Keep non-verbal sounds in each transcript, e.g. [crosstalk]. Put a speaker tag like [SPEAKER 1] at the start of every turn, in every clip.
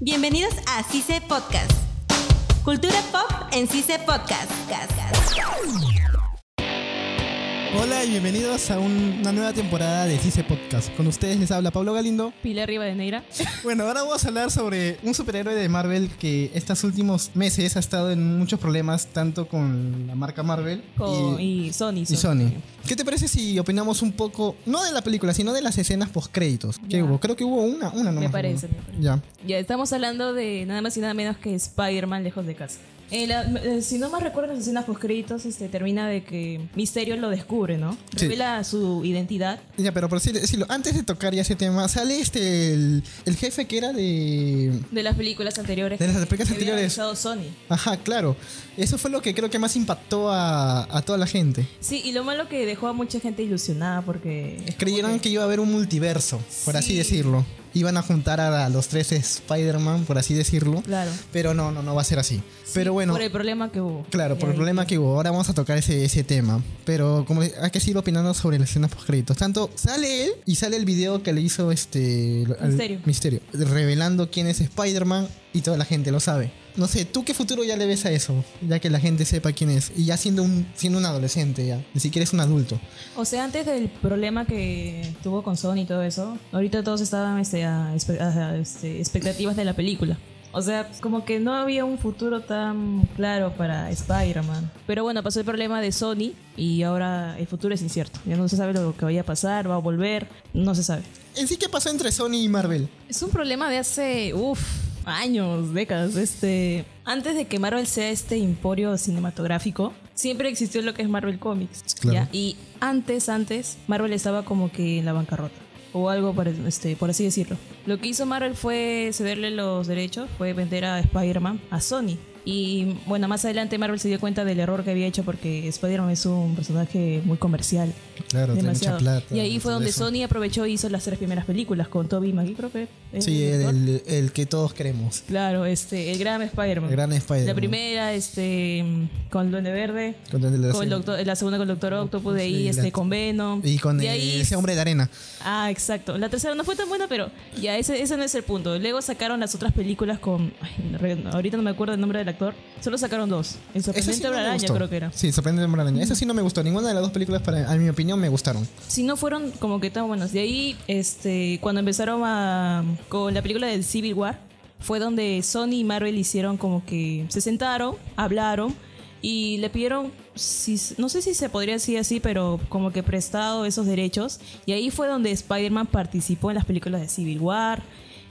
[SPEAKER 1] Bienvenidos a CICE Podcast. Cultura pop en CICE Podcast.
[SPEAKER 2] Hola y bienvenidos a un- una nueva temporada de Cice Podcast. Con ustedes les habla Pablo Galindo.
[SPEAKER 3] Pilar Rivadeneira.
[SPEAKER 2] Bueno, ahora vamos a hablar sobre un superhéroe de Marvel que estos últimos meses ha estado en muchos problemas, tanto con la marca Marvel
[SPEAKER 3] Con,
[SPEAKER 2] y,
[SPEAKER 3] y, Sony.
[SPEAKER 2] y Sony. ¿Qué te parece si opinamos un poco, no de la película, sino de las escenas post-créditos? ¿Qué
[SPEAKER 3] Ya.
[SPEAKER 2] hubo? Creo que hubo una, una nomás.
[SPEAKER 3] Me parece,
[SPEAKER 2] ¿no?
[SPEAKER 3] me parece.
[SPEAKER 2] Ya.
[SPEAKER 3] Ya estamos hablando de nada más y nada menos que Spider-Man lejos de casa. En la- eh, si no más recuerdo las escenas postcréditos, este, termina de que Misterio lo descubre, ¿no?
[SPEAKER 2] Sí.
[SPEAKER 3] Revela su identidad.
[SPEAKER 2] Ya, pero por decir- decirlo, antes de tocar ya ese tema, sale este, el, el jefe que era de...
[SPEAKER 3] De las películas anteriores.
[SPEAKER 2] De las películas
[SPEAKER 3] que había
[SPEAKER 2] anteriores.
[SPEAKER 3] realizado Sony.
[SPEAKER 2] Ajá, claro. Eso fue lo que creo que más impactó a, a toda la gente.
[SPEAKER 3] Sí, y lo malo que dejó a mucha gente ilusionada porque... es como
[SPEAKER 2] Creyeron que iba a haber un multiverso, por así
[SPEAKER 3] Sí.
[SPEAKER 2] decirlo. Iban a juntar a, a los tres Spider-Man, por así decirlo.
[SPEAKER 3] Claro.
[SPEAKER 2] Pero no, no, no va a ser así.
[SPEAKER 3] Sí,
[SPEAKER 2] Pero bueno,
[SPEAKER 3] Por el problema que hubo.
[SPEAKER 2] claro,
[SPEAKER 3] Y
[SPEAKER 2] por el
[SPEAKER 3] ahí-
[SPEAKER 2] problema que hubo. Ahora vamos a tocar ese, ese tema. Pero como le- hay que seguir opinando sobre las escenas post créditos. Tanto sale él y sale el video que le hizo este al-
[SPEAKER 3] Misterio.
[SPEAKER 2] misterio revelando quién es Spider-Man y toda la gente lo sabe. No sé, ¿tú qué futuro ya le ves a eso? Ya que la gente sepa quién es. Y ya siendo un, siendo un adolescente, ya. Ni siquiera es un adulto.
[SPEAKER 3] O sea, antes del problema que tuvo con Sony y todo eso, ahorita todos estaban este, a, espe- a- a, este, expectativas de la película. O sea, como que no había un futuro tan claro para Spider-Man. Pero bueno, pasó el problema de Sony y ahora el futuro es incierto. Ya no se sabe lo que vaya a pasar, va a volver, no se sabe.
[SPEAKER 2] En sí, ¿qué pasó entre Sony y Marvel?
[SPEAKER 3] Es un problema de hace, uff, años, décadas. Este, antes de que Marvel sea este emporio cinematográfico, siempre existió lo que es Marvel Comics.
[SPEAKER 2] Claro.
[SPEAKER 3] ¿ya? Y antes, antes, Marvel estaba como que en la bancarrota. O algo por, este, por así decirlo. Lo que hizo Marvel fue cederle los derechos, fue vender a Spider-Man a Sony. Y bueno, más adelante Marvel se dio cuenta del error que había hecho porque Spider-Man es un personaje muy comercial.
[SPEAKER 2] Claro, tiene mucha
[SPEAKER 3] demasiado.
[SPEAKER 2] plata.
[SPEAKER 3] y ahí fue
[SPEAKER 2] todo
[SPEAKER 3] donde
[SPEAKER 2] eso.
[SPEAKER 3] Sony aprovechó y hizo las tres primeras películas con Toby Maguire, creo que. es
[SPEAKER 2] Sí,
[SPEAKER 3] el
[SPEAKER 2] el,
[SPEAKER 3] director.
[SPEAKER 2] el- el que todos queremos.
[SPEAKER 3] Claro, este, el gran Spider-Man.
[SPEAKER 2] El gran Spider-Man.
[SPEAKER 3] La primera, este, con Duende Verde.
[SPEAKER 2] Con el de la-
[SPEAKER 3] Con el doctor, la segunda con el Doctor Octopus, de ahí
[SPEAKER 2] Sí, la-
[SPEAKER 3] este, con Venom.
[SPEAKER 2] Y con
[SPEAKER 3] de
[SPEAKER 2] el-
[SPEAKER 3] ahí,
[SPEAKER 2] ese hombre de arena.
[SPEAKER 3] Ah, exacto. La tercera no fue tan buena, pero ya ese, ese no es el punto. Luego sacaron las otras películas con... ay, no re- ahorita no me acuerdo el nombre del actor. Solo sacaron dos. El
[SPEAKER 2] Esa
[SPEAKER 3] sorprendente
[SPEAKER 2] no me
[SPEAKER 3] Hombre Araña,
[SPEAKER 2] gustó.
[SPEAKER 3] creo que era.
[SPEAKER 2] Sí, sorprendente hombre araña. Eso sí no me gustó. Ninguna de las dos películas, para, a mi opinión, me gustaron.
[SPEAKER 3] Si no fueron como que tan buenas. De ahí, este, cuando empezaron a, con la película del Civil War, fue donde Sony y Marvel hicieron como que se sentaron, hablaron y le pidieron, si, no sé si se podría decir así, pero como que prestado esos derechos. Y ahí fue donde Spider-Man participó en las películas de Civil War.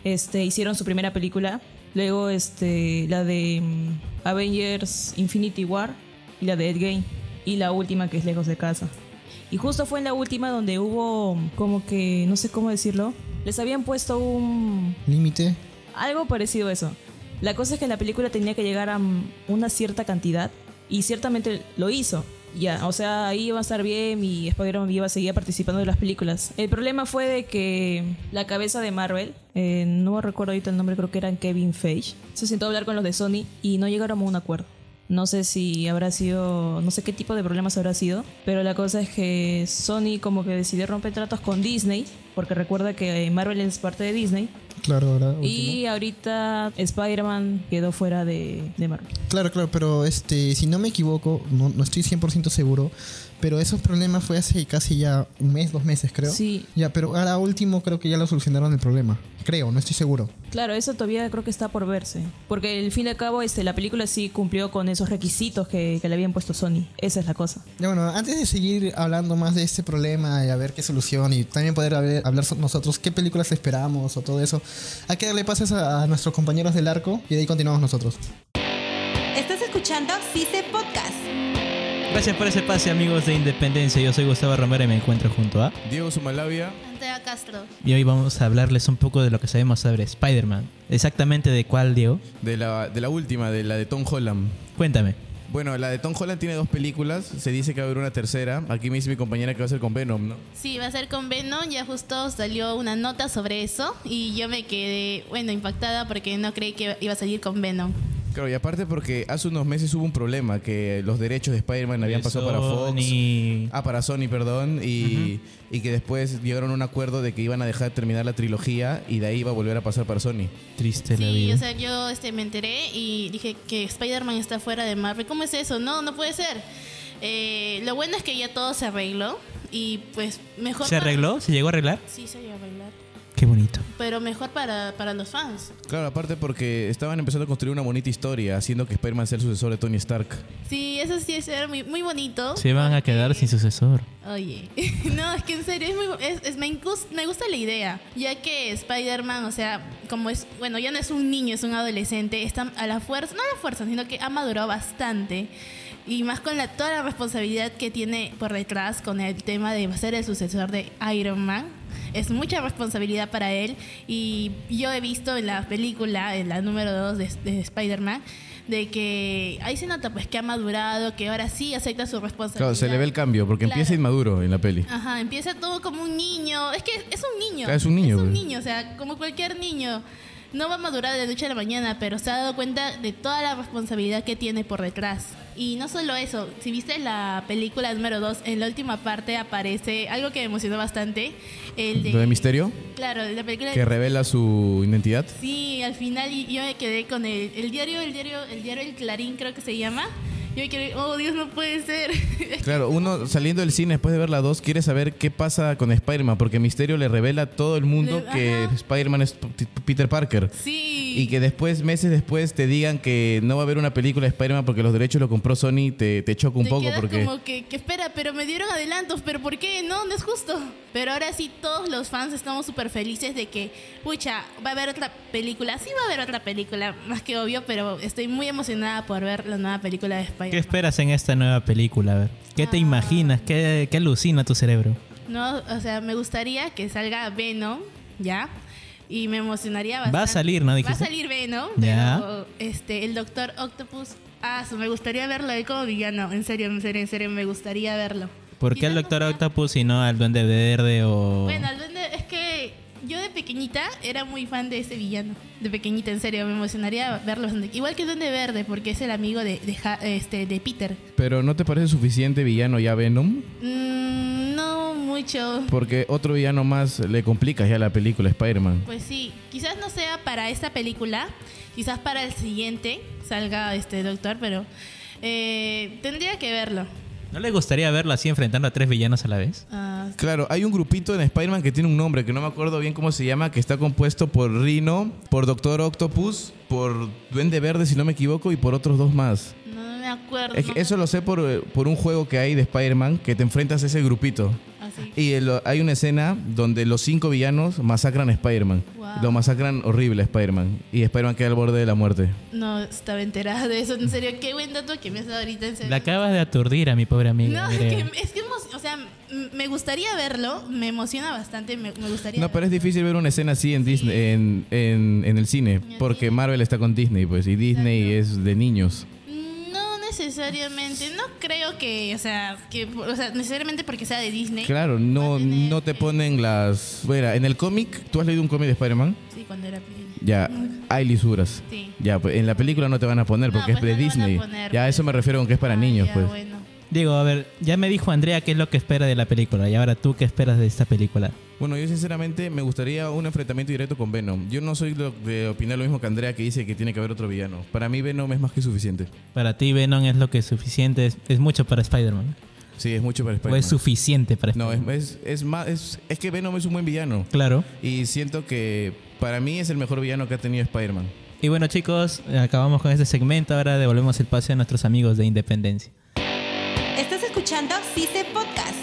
[SPEAKER 3] Este, hicieron su primera película. Luego este, la de mm, Avengers Infinity War y la de Endgame. Y la última que es Lejos de Casa. Y justo fue en la última donde hubo como que, no sé cómo decirlo, les habían puesto un...
[SPEAKER 2] Límite.
[SPEAKER 3] algo parecido a eso. La cosa es que la película tenía que llegar a mm, una cierta cantidad y ciertamente lo hizo. Ya, o sea, ahí iba a estar bien y Spider-Man iba a seguir participando de las películas. El problema fue de que la cabeza de Marvel, eh, no recuerdo ahorita el nombre, creo que era Kevin Feige, se sentó a hablar con los de Sony y no llegaron a un acuerdo. No sé si habrá sido, no sé qué tipo de problemas habrá sido, pero la cosa es que Sony como que decidió romper tratos con Disney, porque recuerda que Marvel es parte de Disney,
[SPEAKER 2] Claro, ahora.
[SPEAKER 3] y ahorita Spider-Man quedó fuera de, de Marvel.
[SPEAKER 2] Claro, claro, pero este, si no me equivoco, no, no estoy 100% seguro, pero esos problemas fue hace casi ya un mes, dos meses, creo.
[SPEAKER 3] Sí.
[SPEAKER 2] Ya, pero ahora último creo que ya lo solucionaron el problema. Creo, no estoy seguro.
[SPEAKER 3] Claro, eso todavía creo que está por verse, porque al fin y al cabo este, la película sí cumplió con esos requisitos que, que le habían puesto Sony, esa es la cosa.
[SPEAKER 2] Ya bueno, antes de seguir hablando más de este problema y a ver qué solución y también poder haber- hablar so- nosotros qué películas esperamos o todo eso, hay que darle pases a, a nuestros compañeros del arco y de ahí continuamos nosotros.
[SPEAKER 1] Estás escuchando CICE Podcast.
[SPEAKER 4] Gracias por ese pase, amigos de Independencia. Yo soy Gustavo Romero y me encuentro junto a.
[SPEAKER 5] Diego Sumalavia.
[SPEAKER 6] Andrea Castro.
[SPEAKER 4] Y hoy vamos a hablarles un poco de lo que sabemos sobre Spider-Man. Exactamente de cuál, Diego.
[SPEAKER 5] De la, de la última, de la de Tom Holland.
[SPEAKER 4] Cuéntame.
[SPEAKER 5] Bueno, la de Tom Holland tiene dos películas. Se dice que va a haber una tercera. Aquí me dice mi compañera que va a ser con Venom, ¿no?
[SPEAKER 6] Sí, va a ser con Venom. Ya justo salió una nota sobre eso y yo me quedé, bueno, impactada porque no creí que iba a salir con Venom.
[SPEAKER 5] Claro, y aparte porque hace unos meses hubo un problema que los derechos de Spider-Man habían
[SPEAKER 4] De
[SPEAKER 5] pasado para Fox.
[SPEAKER 4] Sony.
[SPEAKER 5] Ah, para Sony, perdón. Y, y que después llegaron a un acuerdo de que iban a dejar de terminar la trilogía y de ahí iba a volver a pasar para Sony.
[SPEAKER 4] Triste la
[SPEAKER 6] Sí,
[SPEAKER 4] vida.
[SPEAKER 6] o sea, yo este, me enteré y dije que Spider-Man está fuera de Marvel. ¿Cómo es eso? No, no puede ser. Eh, lo bueno es que ya todo se arregló y pues mejor...
[SPEAKER 4] ¿Se
[SPEAKER 6] para-
[SPEAKER 4] arregló? ¿Se llegó a arreglar?
[SPEAKER 6] Sí, se llegó a arreglar.
[SPEAKER 4] Qué bonito.
[SPEAKER 6] Pero mejor para, para los fans.
[SPEAKER 5] Claro, aparte porque estaban empezando a construir una bonita historia, haciendo que Spider-Man sea el sucesor de Tony Stark.
[SPEAKER 6] Sí, eso sí es era muy, muy bonito.
[SPEAKER 4] Se van a quedar sin sucesor.
[SPEAKER 6] Oye, [laughs] no, es que en serio, es muy, es- es- me, incus- me gusta la idea, ya que Spider-Man, o sea, como es, bueno, ya no es un niño, es un adolescente, está a la fuerza, no a la fuerza, sino que ha madurado bastante. Y más con la, toda la responsabilidad que tiene por detrás con el tema de ser el sucesor de Iron Man. Es mucha responsabilidad para él. Y yo he visto en la película, en la número 2 de, de Spider-Man, de que ahí se nota pues que ha madurado, que ahora sí acepta su responsabilidad.
[SPEAKER 5] Claro, se le ve el cambio porque
[SPEAKER 6] Claro. Ah,
[SPEAKER 5] empieza inmaduro en la peli.
[SPEAKER 6] Ajá, empieza todo como un niño. Es que es un niño.
[SPEAKER 5] Claro, es un niño,
[SPEAKER 6] Es un
[SPEAKER 5] pues.
[SPEAKER 6] niño, o sea, como cualquier niño. No va a madurar de la noche a la mañana, pero se ha dado cuenta de toda la responsabilidad que tiene por detrás. Y no solo eso, si viste la película número 2, en la última parte aparece algo que me emocionó bastante. El de...
[SPEAKER 5] ¿Lo de Misterio?
[SPEAKER 6] Claro, la película de
[SPEAKER 5] Que revela su identidad.
[SPEAKER 6] Sí, al final y- yo me quedé con el, el diario, el diario, el diario El Clarín creo que se llama. Yo me quedé, oh Dios, no puede ser. [laughs]
[SPEAKER 5] Claro, uno saliendo del cine después de ver la 2 quiere saber qué pasa con Spider-Man, porque Misterio le revela a todo el mundo
[SPEAKER 6] Le-
[SPEAKER 5] que
[SPEAKER 6] ajá.
[SPEAKER 5] Spider-Man es P- Peter Parker.
[SPEAKER 6] sí.
[SPEAKER 5] Y que después, meses después, te digan que no va a haber una película de Spider-Man porque los derechos lo compró Sony, te, te choca un
[SPEAKER 6] Te
[SPEAKER 5] poco
[SPEAKER 6] quedas
[SPEAKER 5] porque...
[SPEAKER 6] como que, que espera, pero me dieron adelantos, pero ¿por qué? No, no es justo. Pero ahora sí todos los fans estamos súper felices de que, pucha, va a haber otra película. Sí va a haber otra película, más que obvio, pero estoy muy emocionada por ver la nueva película de Spider-Man.
[SPEAKER 4] ¿Qué esperas en esta nueva película? A ver, ¿qué
[SPEAKER 6] Ah.
[SPEAKER 4] te imaginas? ¿Qué, qué alucina tu cerebro?
[SPEAKER 6] No, o sea, me gustaría que salga Venom, ¿ya? Y me emocionaría bastante.
[SPEAKER 4] Va a salir, ¿no?
[SPEAKER 6] Va a
[SPEAKER 4] Dijiste.
[SPEAKER 6] salir Venom,
[SPEAKER 4] Ya.
[SPEAKER 6] pero este, el Doctor Octopus... Ah, su- me gustaría verlo él como villano. En serio, en serio, en serio, me gustaría verlo.
[SPEAKER 4] ¿Por qué
[SPEAKER 6] Quizás
[SPEAKER 4] al
[SPEAKER 6] no
[SPEAKER 4] Doctor
[SPEAKER 6] sea-
[SPEAKER 4] Octopus y no al Duende Verde o...?
[SPEAKER 6] Bueno, el duende- es que yo de pequeñita era muy fan de ese villano. De pequeñita, en serio, me emocionaría verlo. bastante. Igual que el Duende Verde, porque es el amigo de, de Ja- este, de Peter.
[SPEAKER 5] Pero ¿no te parece suficiente villano ya Venom?
[SPEAKER 6] Mm, no mucho.
[SPEAKER 5] Porque otro villano más le complica ya la película Spider-Man.
[SPEAKER 6] Pues sí, quizás no sea para esta película, quizás para el siguiente salga este doctor, pero eh, tendría que verlo.
[SPEAKER 4] ¿No le gustaría verlo así enfrentando a tres villanos a la vez?
[SPEAKER 6] Ah,
[SPEAKER 5] Claro, hay un grupito en Spider-Man que tiene un nombre que no me acuerdo bien cómo se llama, que está compuesto por Rhino, por Doctor Octopus, por Duende Verde, si no me equivoco, y por otros dos más.
[SPEAKER 6] no me acuerdo.
[SPEAKER 5] Es que eso lo sé por, eh, por un juego que hay de Spider-Man que te enfrentas a ese grupito.
[SPEAKER 6] Así.
[SPEAKER 5] Y el- hay una escena donde los cinco villanos masacran a Spider-Man.
[SPEAKER 6] Wow.
[SPEAKER 5] Lo masacran horrible a Spider-Man. Y Spider-Man queda al borde de la muerte.
[SPEAKER 6] No estaba enterada de eso, en serio, qué buen dato que me has dado ahorita, en serio.
[SPEAKER 4] La acabas de aturdir a mi pobre amigo.
[SPEAKER 6] No, es que, es que emo- o sea, m- me gustaría verlo, me emociona bastante, me, me gustaría.
[SPEAKER 5] No, pero es difícil ver una escena así en Disney, en, en- en el cine.
[SPEAKER 6] el
[SPEAKER 5] Porque
[SPEAKER 6] cine.
[SPEAKER 5] Marvel está con Disney, pues. Y Disney es de niños.
[SPEAKER 6] Mm, No necesariamente, no creo que, o sea, que, o sea, necesariamente porque sea de Disney.
[SPEAKER 5] Claro, no,
[SPEAKER 6] tener- este?
[SPEAKER 5] no te ponen las... Mira, en el cómic, ¿tú has leído un cómic de Spider-Man?
[SPEAKER 6] Sí, cuando era pequeña.
[SPEAKER 5] Ya, hay lisuras.
[SPEAKER 6] Sí.
[SPEAKER 5] Ya, pues, en la película no te van a poner
[SPEAKER 6] No,
[SPEAKER 5] porque
[SPEAKER 6] pues
[SPEAKER 5] es
[SPEAKER 6] no
[SPEAKER 5] de
[SPEAKER 6] lo van a
[SPEAKER 5] Disney.
[SPEAKER 6] poner,
[SPEAKER 5] ya, a
[SPEAKER 6] pues.
[SPEAKER 5] eso me refiero con que es para
[SPEAKER 6] Ah,
[SPEAKER 5] niños,
[SPEAKER 6] ya,
[SPEAKER 5] pues.
[SPEAKER 6] bueno.
[SPEAKER 4] Digo, a ver, ya me dijo Andrea qué es lo que espera de la película. Y ahora tú, ¿qué esperas de esta película?
[SPEAKER 5] Bueno, yo sinceramente me gustaría un enfrentamiento directo con Venom. Yo no soy lo- de opinar lo mismo que Andrea que dice que tiene que haber otro villano. Para mí Venom es más que suficiente.
[SPEAKER 4] Para ti, Venom es lo que es suficiente. Es, es mucho para Spider-Man.
[SPEAKER 5] Sí, es mucho para
[SPEAKER 4] O
[SPEAKER 5] Spider-Man.
[SPEAKER 4] es suficiente para
[SPEAKER 5] no, es,
[SPEAKER 4] Spider-Man.
[SPEAKER 5] es, es más es, es que Venom es un buen villano
[SPEAKER 4] Claro.
[SPEAKER 5] y siento que para mí es el mejor villano que ha tenido Spider-Man.
[SPEAKER 4] Y bueno, chicos, acabamos con este segmento. Ahora devolvemos el pase a nuestros amigos de Independencia.
[SPEAKER 1] Estás escuchando CICE Podcast.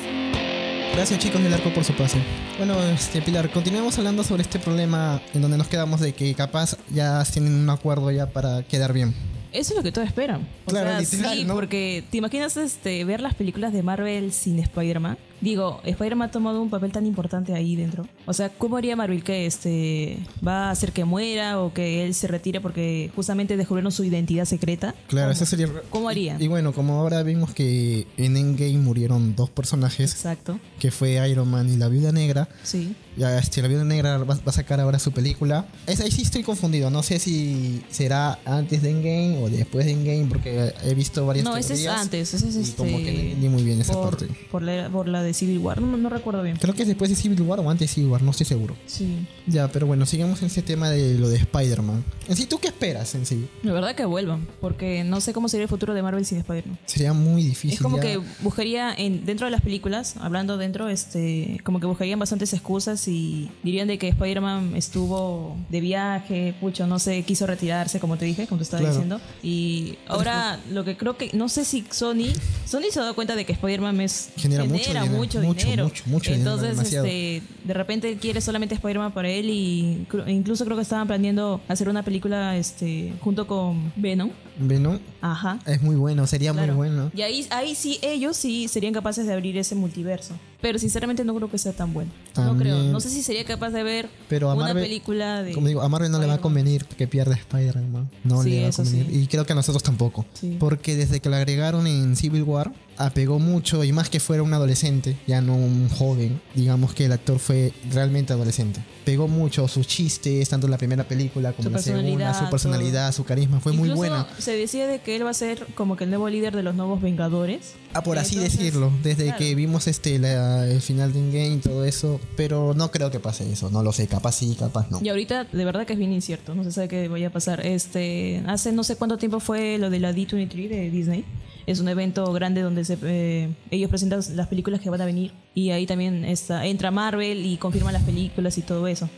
[SPEAKER 2] Gracias chicos del arco por su pase. Bueno, este Pilar, continuemos hablando sobre este problema en donde nos quedamos de que capaz ya tienen un acuerdo ya para quedar bien.
[SPEAKER 3] Eso es lo que todos esperan. O
[SPEAKER 2] Claro,
[SPEAKER 3] sea,
[SPEAKER 2] literal,
[SPEAKER 3] sí,
[SPEAKER 2] ¿no?
[SPEAKER 3] porque te imaginas este, ver las películas de Marvel sin Spider-Man. digo, Spider-Man ha tomado un papel tan importante ahí dentro. O sea, ¿cómo haría Marvel que este va a hacer que muera o que él se retire porque justamente descubrieron su identidad secreta?
[SPEAKER 2] Claro,
[SPEAKER 3] ¿Cómo?
[SPEAKER 2] eso sería.
[SPEAKER 3] ¿Cómo haría?
[SPEAKER 2] Y bueno, como ahora vimos que en Endgame murieron dos personajes,
[SPEAKER 3] Exacto,
[SPEAKER 2] que fue Iron Man y la Viuda Negra.
[SPEAKER 3] sí.
[SPEAKER 2] Ya, este, la Viuda Negra va, va a sacar ahora su película. Es, ahí sí estoy confundido. No sé si será antes de Endgame o después de Endgame, porque he visto varias
[SPEAKER 3] No, ese es
[SPEAKER 2] teorías.
[SPEAKER 3] antes, ese es
[SPEAKER 2] y
[SPEAKER 3] este,
[SPEAKER 2] como que no entendí muy bien esa
[SPEAKER 3] por,
[SPEAKER 2] parte.
[SPEAKER 3] Por la, por la de Civil War, no, no recuerdo bien.
[SPEAKER 2] Creo que es después de Civil War o antes de Civil War, no estoy seguro.
[SPEAKER 3] Sí.
[SPEAKER 2] Ya, pero bueno, sigamos en ese tema de lo de Spider-Man. En sí, ¿tú qué esperas en sí?
[SPEAKER 3] La verdad que vuelvan, porque no sé cómo sería el futuro de Marvel sin Spider-Man.
[SPEAKER 2] Sería muy difícil.
[SPEAKER 3] Es como
[SPEAKER 2] ya.
[SPEAKER 3] que buscaría en, dentro de las películas, hablando dentro, este, como que buscarían bastantes excusas y dirían de que Spider-Man estuvo de viaje, pucho, no sé, quiso retirarse, como te dije, como te estaba
[SPEAKER 2] Claro.
[SPEAKER 3] diciendo. Y ahora lo que creo que, no sé si Sony, Sony se ha dado cuenta de que Spider-Man es
[SPEAKER 2] Genera mucho dinero, mucho,
[SPEAKER 3] dinero.
[SPEAKER 2] mucho, mucho dinero,
[SPEAKER 3] Entonces,
[SPEAKER 2] demasiado.
[SPEAKER 3] este, de repente él quiere solamente Spider-Man para él y cru- incluso creo que estaban planeando hacer una película este, junto con Venom.
[SPEAKER 2] Venom
[SPEAKER 3] Ajá.
[SPEAKER 2] es muy bueno, sería
[SPEAKER 3] Claro.
[SPEAKER 2] muy bueno.
[SPEAKER 3] Y ahí, ahí sí, ellos sí serían capaces de abrir ese multiverso. Pero sinceramente no creo que sea tan bueno. No
[SPEAKER 2] También.
[SPEAKER 3] creo. No sé si sería capaz de ver
[SPEAKER 2] Pero a
[SPEAKER 3] una
[SPEAKER 2] Marvel-
[SPEAKER 3] película de.
[SPEAKER 2] Como digo, a Marvel no le va a
[SPEAKER 3] Spider-Man.
[SPEAKER 2] convenir que pierda Spider-Man. No
[SPEAKER 3] Sí,
[SPEAKER 2] le va a
[SPEAKER 3] eso
[SPEAKER 2] convenir.
[SPEAKER 3] sí.
[SPEAKER 2] Y creo que a nosotros tampoco.
[SPEAKER 3] Sí.
[SPEAKER 2] Porque desde que la agregaron en Civil War, apegó mucho y más que fuera un adolescente, ya no un joven. Digamos que el actor fue realmente adolescente. Pegó mucho sus chistes, tanto en la primera película como
[SPEAKER 3] Su
[SPEAKER 2] en la segunda,
[SPEAKER 3] personalidad,
[SPEAKER 2] su personalidad, su carisma. Fue muy
[SPEAKER 3] Incluso
[SPEAKER 2] buena.
[SPEAKER 3] Se decía de que él va a ser como que el nuevo líder de los nuevos Vengadores.
[SPEAKER 2] Ah, por así
[SPEAKER 3] Entonces,
[SPEAKER 2] decirlo, desde
[SPEAKER 3] claro.
[SPEAKER 2] que vimos este la- el final de Endgame y todo eso, pero no creo que pase eso, no lo sé, capaz sí, capaz no.
[SPEAKER 3] Y ahorita de verdad que es bien incierto, no se sabe qué vaya a pasar. Este, hace no sé cuánto tiempo fue lo de la D23 de Disney. Es un evento grande donde se, eh, ellos presentan las películas que van a venir y ahí también está, entra Marvel y confirma las películas y todo eso.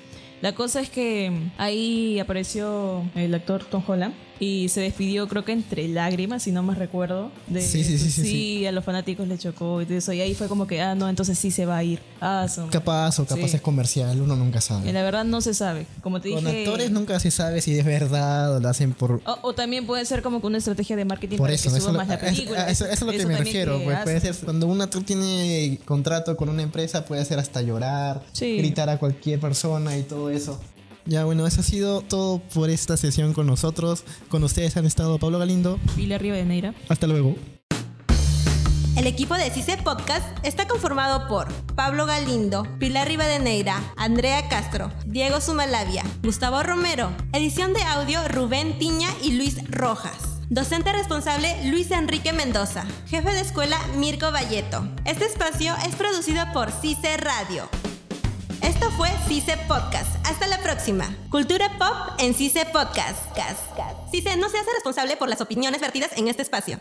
[SPEAKER 3] La cosa es que ahí apareció el actor Tom Holland y se despidió creo que entre lágrimas, si no más recuerdo. De,
[SPEAKER 2] Sí, sí, sí, sí,
[SPEAKER 3] a los fanáticos le chocó y todo eso. Y ahí fue como que, ah, no, entonces sí se va a ir. Ah, su-
[SPEAKER 2] Capaz o capaz
[SPEAKER 3] Sí.
[SPEAKER 2] es comercial, uno nunca
[SPEAKER 3] Eh,
[SPEAKER 2] sabe.
[SPEAKER 3] La verdad no se sabe. Como te
[SPEAKER 2] Con
[SPEAKER 3] dije...
[SPEAKER 2] actores nunca se sabe si es verdad o lo hacen por...
[SPEAKER 3] O, o también puede ser como que una estrategia de marketing
[SPEAKER 2] Por
[SPEAKER 3] para
[SPEAKER 2] eso,
[SPEAKER 3] que
[SPEAKER 2] eso,
[SPEAKER 3] suba
[SPEAKER 2] lo-
[SPEAKER 3] más la
[SPEAKER 2] a-
[SPEAKER 3] película.
[SPEAKER 2] a- eso- eso [laughs] es lo que me
[SPEAKER 3] también
[SPEAKER 2] refiero.
[SPEAKER 3] que
[SPEAKER 2] pues, puede
[SPEAKER 3] hace.
[SPEAKER 2] ser, cuando un actor tiene contrato con una empresa, puede hacer hasta llorar,
[SPEAKER 3] Sí.
[SPEAKER 2] gritar a cualquier persona y todo eso. Ya, bueno, eso ha sido todo por esta sesión con nosotros. Con ustedes han estado Pablo Galindo.
[SPEAKER 3] Y la Rivadeneira.
[SPEAKER 2] Hasta luego.
[SPEAKER 1] El equipo de CICE Podcast está conformado por Pablo Galindo, Pilar Rivadeneira, Andrea Castro, Diego Sumalavia, Gustavo Romero, edición de audio Rubén Tiña y Luis Rojas. Docente responsable Luis Enrique Mendoza. Jefe de escuela Mirko Valleto. Este espacio es producido por CICE Radio. Esto fue CICE Podcast. Hasta la próxima. Cultura pop en CICE Podcast. CICE no se hace responsable por las opiniones vertidas en este espacio.